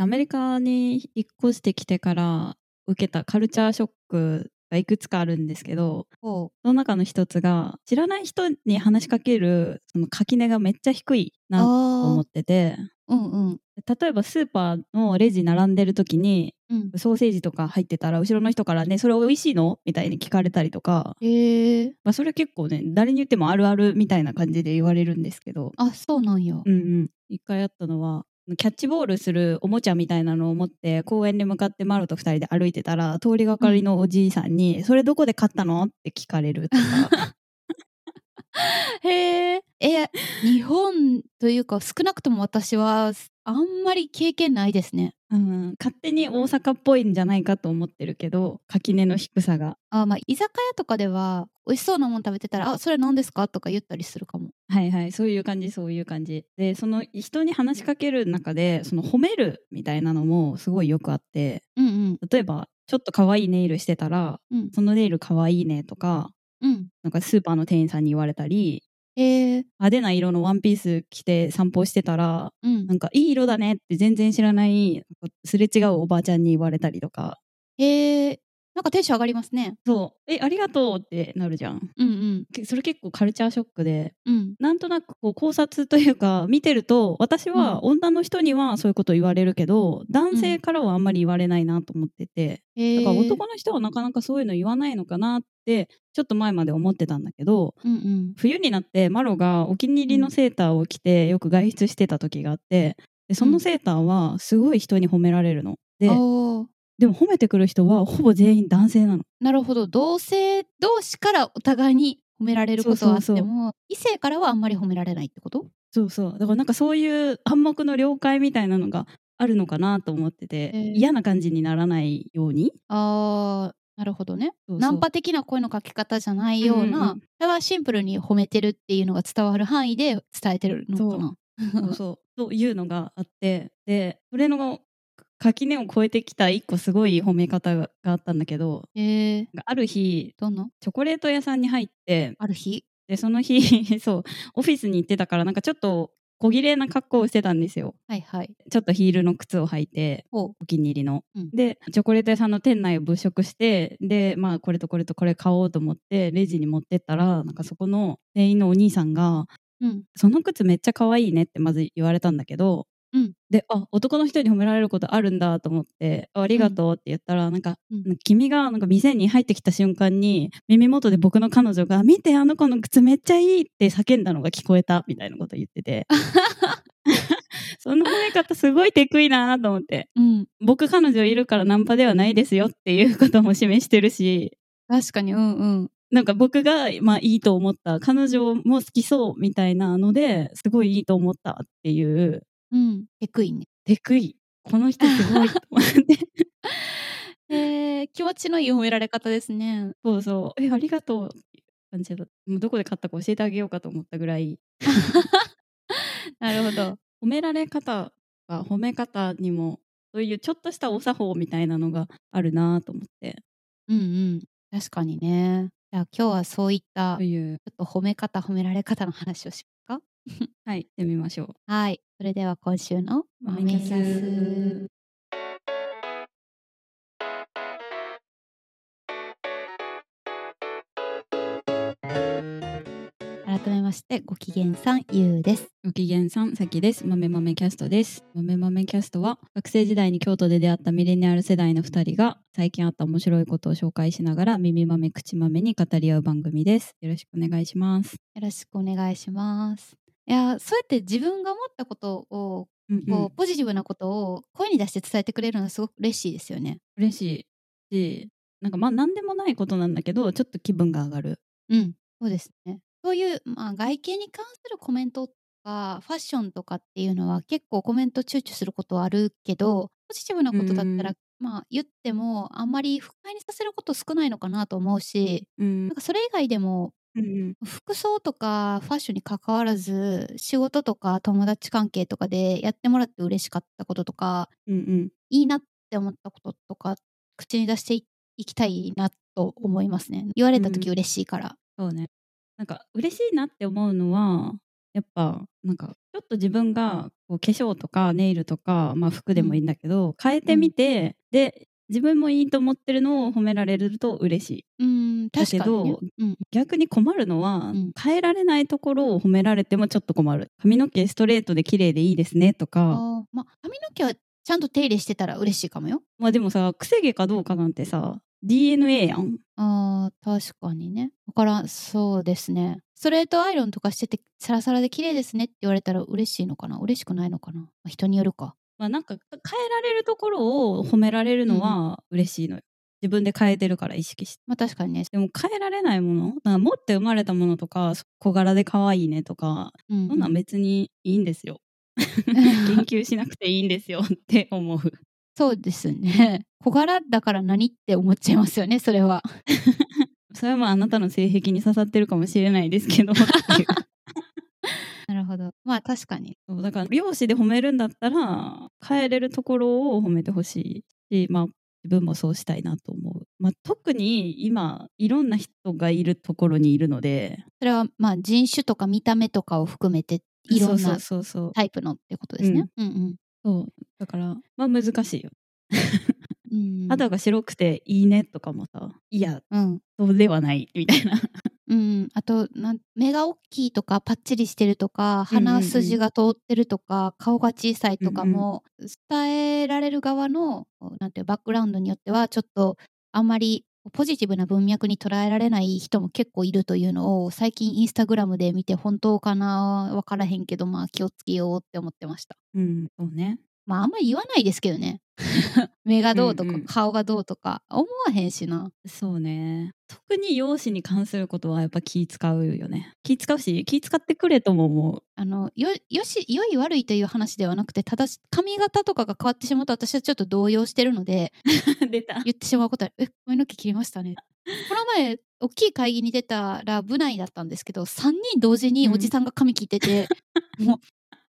アメリカに引っ越してきてから受けたカルチャーショックがいくつかあるんですけど、ほう。その中の一つが、知らない人に話しかけるその垣根がめっちゃ低いなと思あっあ。てて、うんうん。例えばスーパーのレジ並んでる時に、うん。ソーセージとか入ってたら後ろの人からね、それ美味しいのみたいに聞かれたりとか、へえ。まあ、それ結構ね、誰に言ってもあるあるみたいな感じで言われるんですけど、あ、そうなんや。うんうん、一回あったのはキャッチボールするおもちゃみたいなのを持って公園に向かってマロと二人で歩いてたら通りがかりのおじいさんに「それどこで買ったの?」って聞かれるとかへ え。え、日本というか、少なくとも私は、あんまり経験ないですね。うん勝手に大阪っぽいんじゃないかと思ってるけど垣根の低さがあまあ、居酒屋とかでは、美味しそうなもん食べてたら、あ、それ何ですかとか言ったりするかも。はいはいそういう感じそういう感じでその人に話しかける中でその褒めるみたいなのもすごいよくあってうんうん。例えばちょっと可愛いネイルしてたらうん「そのネイル可愛いね」とかうん。なんかスーパーの店員さんに言われたりへえ。派手な色のワンピース着て散歩してたらうんな。んかいい色だねって全然知らないすれ違うおばあちゃんに言われたりとかへえ。なんかテンション上がりますね。そうえありがとうってなるじゃんうんうん。けそれ結構カルチャーショックでうん。なんとなくこう考察というか見てると私は女の人にはそういうこと言われるけど男性からはあんまり言われないなと思っててへえ。だから男の人はなかなかそういうの言わないのかなってちょっと前まで思ってたんだけどうんうん。冬になってマロがお気に入りのセーターを着てよく外出してた時があってでそのセーターはすごい人に褒められるの。でああ。でも褒めてくる人はほぼ全員男性なの。なるほど。同性同士からお互いに褒められることはあってそうも、そう異性からはあんまり褒められないってことそうそうだからなんかそういう暗黙の了解みたいなのがあるのかなと思ってて、えー嫌な感じにならないようにああ、なるほどね。そうそうナンパ的な声のかけ方じゃないよううんうんうな、んそれはシンプルに褒めてるっていうのが伝わる範囲で伝えてるのかな。 そうそうというのがあってでそれの垣根を越えてきた一個すごい褒め方があったんだけどへえ。なんかある日どんなチョコレート屋さんに入ってある日でその日 そうオフィスに行ってたからなんかちょっと小綺麗な格好をしてたんですよはいはい。ちょっとヒールの靴を履いてほお気に入りの、うんでチョコレート屋さんの店内を物色してでまあこれとこれとこれ買おうと思ってレジに持ってったらなんかそこの店員のお兄さんがう。うん。 「その靴めっちゃ可愛いね」ってまず言われたんだけど、うんであ男の人に褒められることあるんだと思って「あありがとう」って言ったら、なんかうん君がなんか店に入ってきた瞬間に耳元で僕の彼女が「見てあの子の靴めっちゃいい」って叫んだのが聞こえたみたいなこと言って てその褒め方すごいテクいなと思ってうん。僕彼女いるからナンパではないですよっていうことも示してるし確かに、うんうん。なんか僕がまあいいと思った彼女も好きそうみたいなのですごいいいと思ったっていううん。低いね。テクいこの人すごいと思って へえ、気持ちのいい褒められ方ですね。そうそう。え、ありがとうっていう感じだった。もうどこで買ったか教えてあげようかと思ったぐら い。なるほど。褒められ方が褒め方にも、そういうちょっとしたお作法みたいなのがあるなと思って。うんうん。確かにね。じゃあ今日はそういったという、ちょっと褒め方褒められ方の話をしますはい、行ってみましょう。かはいそれでは今週の豆キャス改めましてご機嫌さんゆうですご機嫌さん、さきです。豆豆キャストです。豆豆キャストは、学生時代に京都で出会ったミレニアル世代の2人が、最近あった面白いことを紹介しながら、耳豆、口豆に語り合う番組です。よろしくお願いします。よろしくお願いしますいやーそうやって自分が思ったことをうんこう、ポジティブなことを声に出して伝えてくれるのはすごく嬉しいですよね嬉しいしなんかまあ何でもないことなんだけどちょっと気分が上がるうんそうですねそういう、まあ、外見に関するコメントとかファッションとかっていうのは結構コメント躊躇することはあるけどポジティブなことだったら、うまあ言ってもあんまり不快にさせること少ないのかなと思うしうんなんかそれ以外でもうん服装とかファッションに関わらず仕事とか友達関係とかでやってもらって嬉しかったこととかうんいいなって思ったこととか口に出していいきたいなと思いますね言われた時うん嬉しいから、そうねなんか嬉しいなって思うのはやっぱなんかちょっと自分がこう化粧とかネイルとか、まあ、服でもいいんだけど、変えてみて、で自分もいいと思ってるのを褒められると嬉しいうんだ確けかどに、ねうん逆に困るのは、うん変えられないところを褒められてもちょっと困る髪の毛ストレートで綺麗でいいですねとかあーまあ、髪の毛はちゃんと手入れしてたら嬉しいかもよ。まあでもさくせ毛かどうかなんてさ DNA やんあー確かにね。わからんそうですね。ストレートアイロンとかしててサラサラで綺麗ですねって言われたら嬉しいのかな嬉しくないのかな、まあ人によるか。まあなんか変えられるところを褒められるのは嬉しいのよ自分で変えてるから意識してまあ確かにね。でも変えられないものだから持って生まれたものとか小柄で可愛いねとかうんそんなん別にいいんです よ研究しなくていいんですよって思うそうですね。 小柄だから何って思っちゃいますよね、それは。それはまああなたの性癖に刺さってるかもしれないですけ どっていう なるほど。まあ確かに。そうだから容姿で褒めるんだったら変えれるところを褒めてほしいし、まあ、自分もそうしたいなと思う、まあ、特に今いろんな人がいるところにいるのでそれはまあ人種とか見た目とかを含めていろんそうなそうそうタイプのってことですね。うんうん。そうそうだからまあ難しいようん、肌が白くていいねとかもさいやうん、そうではないみたいなうん、あとなん目が大きいとかパッチリしてるとかうんうんうん鼻筋が通ってるとか、顔が小さいとかも、伝えられる側のこうなんていうバックグラウンドによってはちょっとあんまりポジティブな文脈に捉えられない人も結構いるというのを最近インスタグラムで見て本当かな分からへんけどまあ気をつけようって思ってました。うんそうねまああんまり言わないですけどね。 目がどうとうんかうん顔がどうとか思わへんしな。そうね特に容姿に関することはやっぱ気使うよね気使うし気使ってくれとも思う あのよよし良い悪いという話ではなくてただし髪型とかが変わってしまうと私はちょっと動揺してるので出た言ってしまうことは「え髪の毛切りましたね」この前大きい会議に出たら部内だったんですけど3人同時におじさんが髪切ってて、もう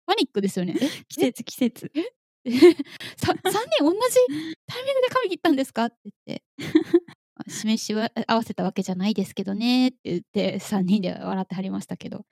パニックですよね。え季節季節えさ3人同じタイミングで髪切ったんですかって言ってあ示しは合わせたわけじゃないですけどねって言って3人で笑ってはりましたけど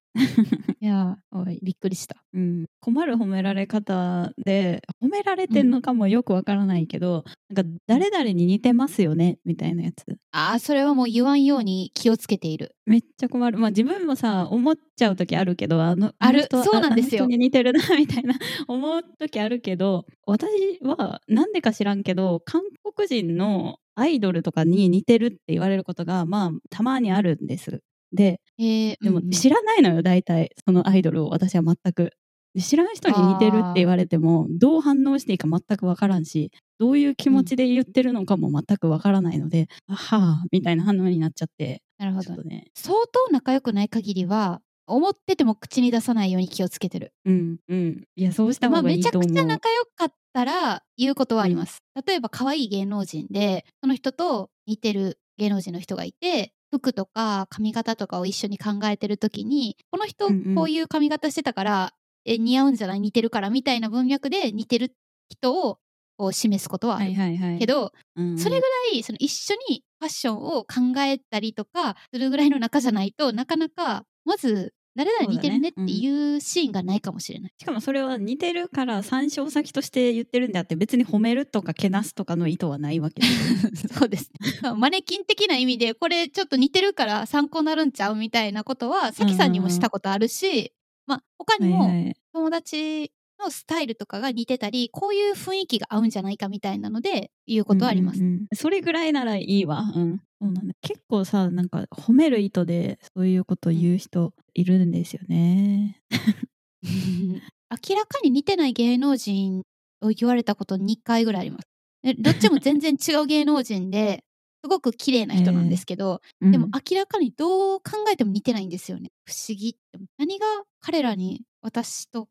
いやーおいびっくりしたうん、困る褒められ方で褒められてんのかもよくわからないけど、なんか誰々に似てますよねみたいなやつあーそれはもう言わんように気をつけているめっちゃ困るまあ自分もさ思っちゃう時あるけどあのあるの人そうなんですよああの人に似てるなみたいな 思う時あるけど私はなんでか知らんけど韓国人のアイドルとかに似てるって言われることがまあたまにあるんですでえー、でもうんうん知らないのよ、大体そのアイドルを私は全く。で知らん人に似てるって言われてもどう反応していいか全く分からんしどういう気持ちで言ってるのかも全く分からないので、あはあみたいな反応になっちゃってなるほちょっどとね、相当仲良くない限りは思ってても口に出さないように気をつけてるうんうん、いやそうしたま方あがいめいちゃとく思う。ちゃ仲良かったら言うことはあります、例えば可愛い芸能人でその人と似てる芸能人の人がいて服とか髪型とかを一緒に考えてる時にこの人うんうんこういう髪型してたから、え似合うんじゃない似てるからみたいな文脈で似てる人をこう示すことはあはるいはいはい、けど、うんそれぐらいその一緒にファッションを考えたりとかするぐらいの仲じゃないとなかなかまず誰々似てるねってそうだねいうシーンがないかもしれない。しかもそれは似てるから参照先として言ってるんであって別に褒めるとかけなすとかの意図はないわけです そうですねマネキン的な意味でこれちょっと似てるから参考になるんちゃうみたいなことはさきさんにもしたことあるし、まあ、他 にはいはもい友達のスタイルとかが似てたりこういう雰囲気が合うんじゃないかみたいなので言うことはあります。うんうんうんそれぐらいならいいわ。うん。そうなんだ。結構さ、なんか褒める意図でそういうことを言う人いるんですよね。 明らかに似てない芸能人を言われたこと2回ぐらいあります。でどっちも全然違う芸能人 ですごく綺麗な人なんですけど、でもうん明らかにどう考えても似てないんですよね。不思議って何が彼らに私と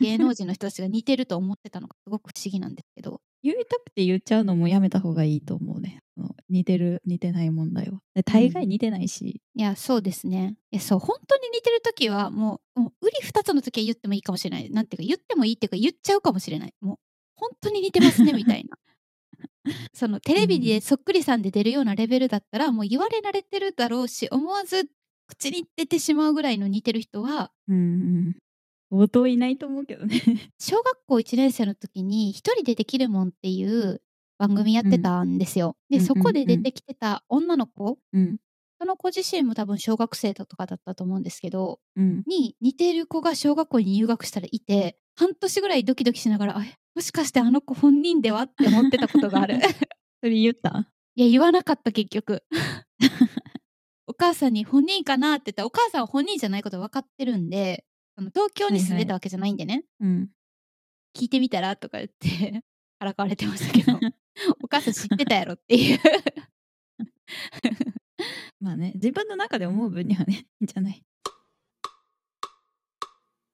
芸能人の人たちが似てると思ってたのかすごく不思議なんですけど。言いたくて言っちゃうのもやめた方がいいと思うね。その似てる、似てない問題は。で大概似てないし。いやそうですね。いやそう本当に似てる時はもうもう売り二つの時は言ってもいいかもしれない。なんていうか言ってもいいっていうか言っちゃうかもしれない。もう本当に似てますねみたいな。 そのテレビでそっくりさんで出るようなレベルだったらもう言われ慣れてるだろうし思わず口に出てしまうぐらいの似てる人はうんうん。応答いないと思うけどね。小学校1年生の時に「一人でできるもん」っていう番組やってたんですよ。うんでうんそこで出てきてた女の子うん。その子自身も多分小学生だとかだったと思うんですけどうん。に似ている子が小学校に入学したらいて半年ぐらいドキドキしながら「あえもしかしてあの子本人では?」って思ってたことがある。 それ言ったいや言わなかった結局 お母さんに本人かなって言ったらお母さんは本人じゃないこと分かってるんであの東京に住んでたわけじゃないんでね、うん。聞いてみたらとか言って からかわれてましたけどお母さん知ってたやろっていう まあね、自分の中で思う分にはね、 いいんじゃない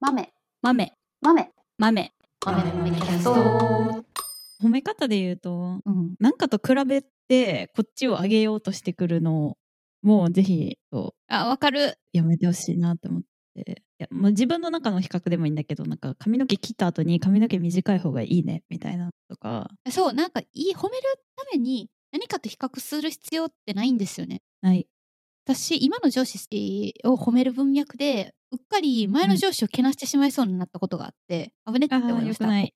豆豆、豆豆。豆豆キャス褒め方で言うと、うんなんかと比べて、こっちを上げようとしてくるのを、もうぜひ、そうあ分かるやめてほしいなと思って。いやもう自分の中の比較でもいいんだけどなんか髪の毛切った後に髪の毛短い方がいいねみたいなのとかそうなんかいい褒めるために何かと比較する必要ってないんですよねはい私今の上司を褒める文脈でうっかり前の上司をけなしてしまいそうになったことがあって、危ねって思いまよしくたない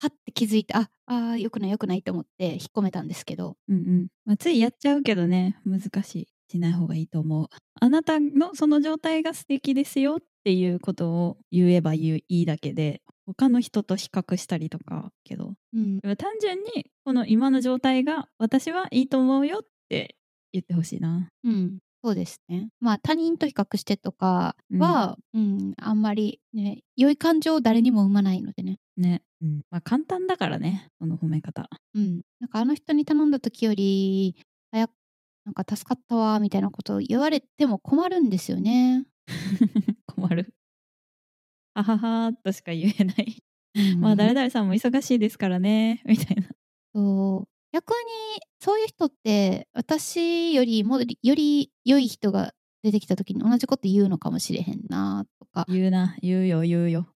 はって気づいてああーよくないよくないと思って引っ込めたんですけどうんうんまあ、ついやっちゃうけどね難しいしない方がいいと思うあなたのその状態が素敵ですよっていうことを言えば言ういいだけで他の人と比較したりとかけどうんでも単純にこの今の状態が私はいいと思うよって言ってほしいなうんそうですねまあ他人と比較してとかは、うんあんまりね良い感情を誰にも生まないのでねね、うんまあ、簡単だからねその褒め方 うんなんかあの人に頼んだ時より早くなんか助かったわみたいなことを言われても困るんですよね、困るあははーとしか言えない、う んまあ誰々さんも忙しいですからねみたいなそう逆にそういう人って私よりもよりより良い人が出てきた時に同じこと言うのかもしれへんなとか言うな言うよ言うよ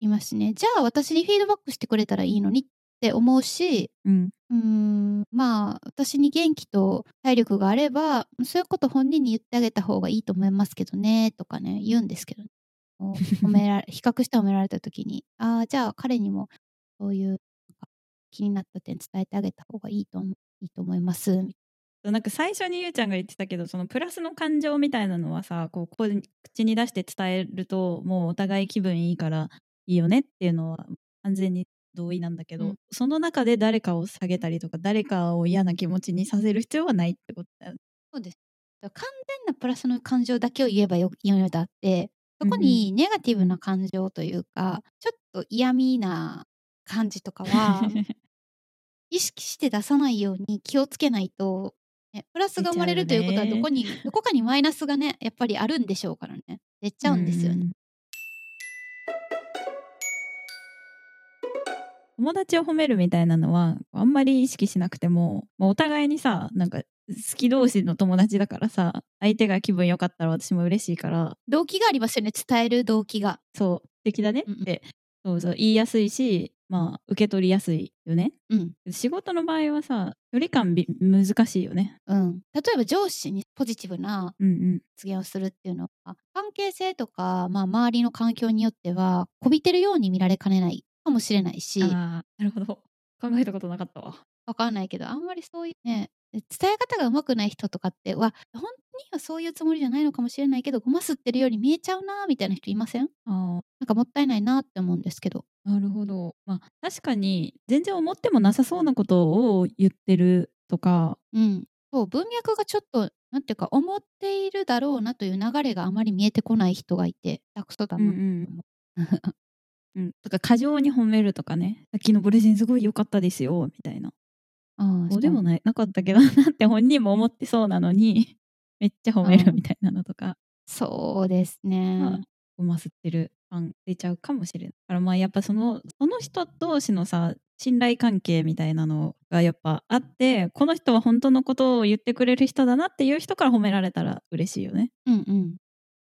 いますねじゃあ私にフィードバックしてくれたらいいのにって思うしうんうーんまあ私に元気と体力があればそういうこと本人に言ってあげた方がいいと思いますけどねとかね言うんですけど、こう褒め られ比較して褒められた時にああじゃあ彼にもそういうなんか気になった点伝えてあげた方がいいと思ういいと思いますみそうなんか最初にゆうちゃんが言ってたけどそのプラスの感情みたいなのはさこうこう口に出して伝えるともうお互い気分いいからいいよねっていうのは完全に同意なんだけど、うんその中で誰かを下げたりとか誰かを嫌な気持ちにさせる必要はないってこと だよね。そうです。完全なプラスの感情だけを言えばよよいのであって、そこにネガティブな感情というか、ちょっと嫌味な感じとかは意識して出さないように気をつけないと、ね、プラスが生まれるということは出ちゃうどよこ にどこかにマイナスがねやっぱりあるんでしょうからね出ちゃうんですよね。うん友達を褒めるみたいなのはあんまり意識しなくても、まあお互いにさなんか好き同士の友達だからさ相手が気分良かったら私も嬉しいから動機がありますよね伝える動機が。そう素敵だねうんうんって、そうそう言いやすいしまあ受け取りやすいよねうん仕事の場合はさ距離感び難しいよねうん、例えば上司にポジティブなうん発言をするっていうのは関係性とか、まあ、周りの環境によってはこびてるように見られかねないかもしれないしうんあーなるほど考えたことなかったわわかんないけどあんまりそういうね伝え方がうまくない人とかっては本人はそういうつもりじゃないのかもしれないけどごま吸ってるように見えちゃうなみたいな人いませんあなんかもったいないなって思うんですけどーなるほどまあ確かに全然思ってもなさそうなことを言ってるとかうんそう文脈がちょっとなんていうか思っているだろうなという流れがあまり見えてこない人がいてあクソだなって思う、 うん、とか過剰に褒めるとかねさっきのプレゼンすごい良かったですよみたいなあーそうでもないなかったけどなって本人も思ってそうなのにめっちゃ褒めるみたいなのとかそうですね、まあごますってる感出ちゃうかもしれないだからまあやっぱそのその人同士のさ信頼関係みたいなのがやっぱあってこの人は本当のことを言ってくれる人だなっていう人から褒められたら嬉しいよね。うんうん。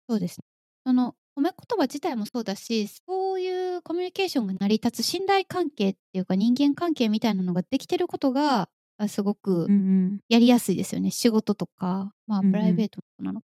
そうですね。その褒め言葉自体もそうだし、そういうコミュニケーションが成り立つ信頼関係っていうか人間関係みたいなのができてることがあすごくんやりやすいですよね。仕事とか、まあうんうんプライベートなのかな。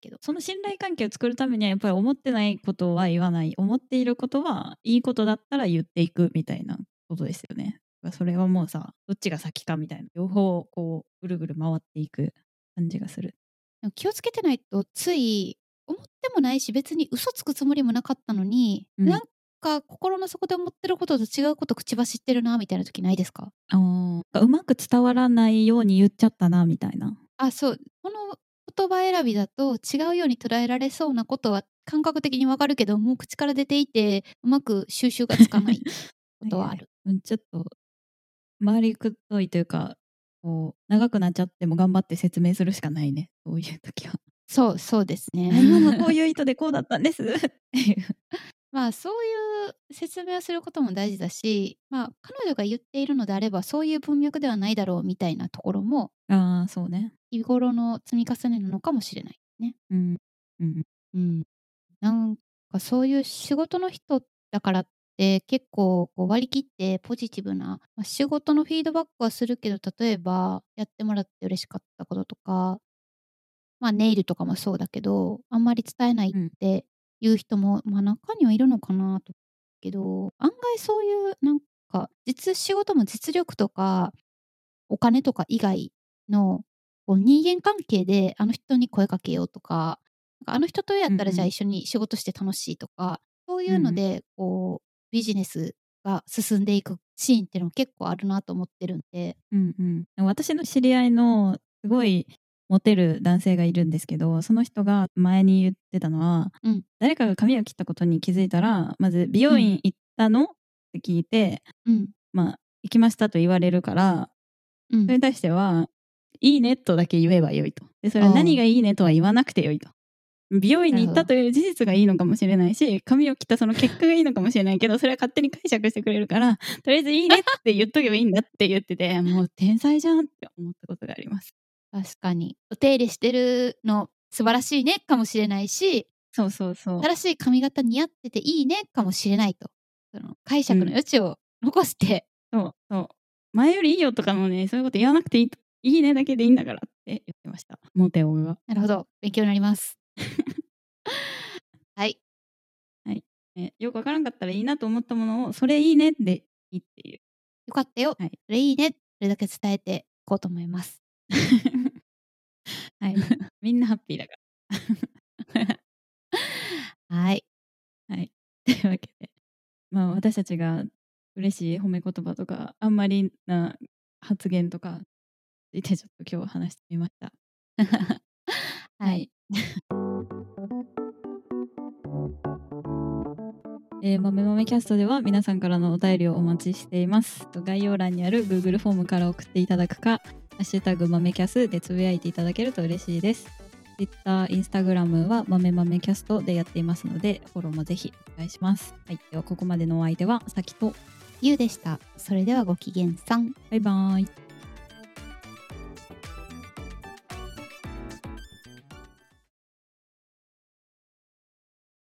けど。その信頼関係を作るためにはやっぱり思ってないことは言わない思っていることはいいことだったら言っていくみたいなことですよねそれはもうさどっちが先かみたいな両方こうぐるぐる回っていく感じがするでも気をつけてないとつい思ってもないし別に嘘つくつもりもなかったのに、うんなんか心の底で思ってることと違うこと口走ってるなみたいな時ないですかあーうまく伝わらないように言っちゃったなみたいなあそうこの言葉選びだと違うように捉えられそうなことは感覚的にわかるけどもう口から出ていてうまく収集がつ かないことはある。うんちょっと周りくどいというかこう長くなっちゃっても頑張って説明するしかないねそういう時 はそうそうです ね。今のこういう意図でこうだったんです っていうまあそういう説明をすることも大事だし、まあ、彼女が言っているのであればそういう文脈ではないだろうみたいなところもああそうね日頃の積み重ねなのかもしれないね。うんうんうん、なんかそういう仕事の人だからって結構こう割り切ってポジティブな、まあ、仕事のフィードバックはするけど例えばやってもらって嬉しかったこととか、まあ、ネイルとかもそうだけどあんまり伝えないっていう人も、まあ、中にはいるのかなと思うけど案外そういうなんか実仕事も実力とかお金とか以外のこう人間関係であの人に声かけようとかなんかあの人とやったうんうらんじゃあ一緒に仕事して楽しいとか、そういうのでこうビジネスが進んでいくシーンっていうのも結構あるなと思ってるんで、うんうん、でも私の知り合いのすごいモテる男性がいるんですけどその人が前に言ってたのは、うん誰かが髪を切ったことに気づいたらまず美容院行ったの、って聞いて、うんまあ、行きましたと言われるからうんそれに対しては「いいね」とだけ言えばよいとでそれはあー何がいいねとは言わなくてよいと美容院に行ったという事実がいいのかもしれないし髪を切ったその結果がいいのかもしれないけどそれは勝手に解釈してくれるからとりあえず「いいね」って言っとけばいいんだって言っててもう天才じゃんって思ったことがあります確かにお手入れしてるの素晴らしいねかもしれないしそうそうそう新しい髪型似合ってていいねかもしれないとその解釈の余地を残して、そうそう前よりいいよとかもねそういうこと言わなくていいといいねだけでいいんだからって言ってましたモテ男が、なるほど勉強になります。 はいね、よくわからんかったらいいなと思ったものをそれいいねでいいっていうよかったよ、はいそれいいねそれだけ伝えていこうと思います。はいみんなハッピーだからはいというわけで、 まあ、私たちが嬉しい褒め言葉とかあんまりな発言とかについてちょっと今日は話してみました。はい。えー、豆豆キャストでは皆さんからのお便りをお待ちしています。概要欄にある Google フォームから送っていただくか、ハッシュタグ豆キャスでつぶやいていただけると嬉しいです。Twitter、Instagram は豆豆キャストでやっていますので、フォローもぜひお願いします。はい、ではここまでのお相手はさきと、ゆうでした。それではご機嫌さん。バイバーイ。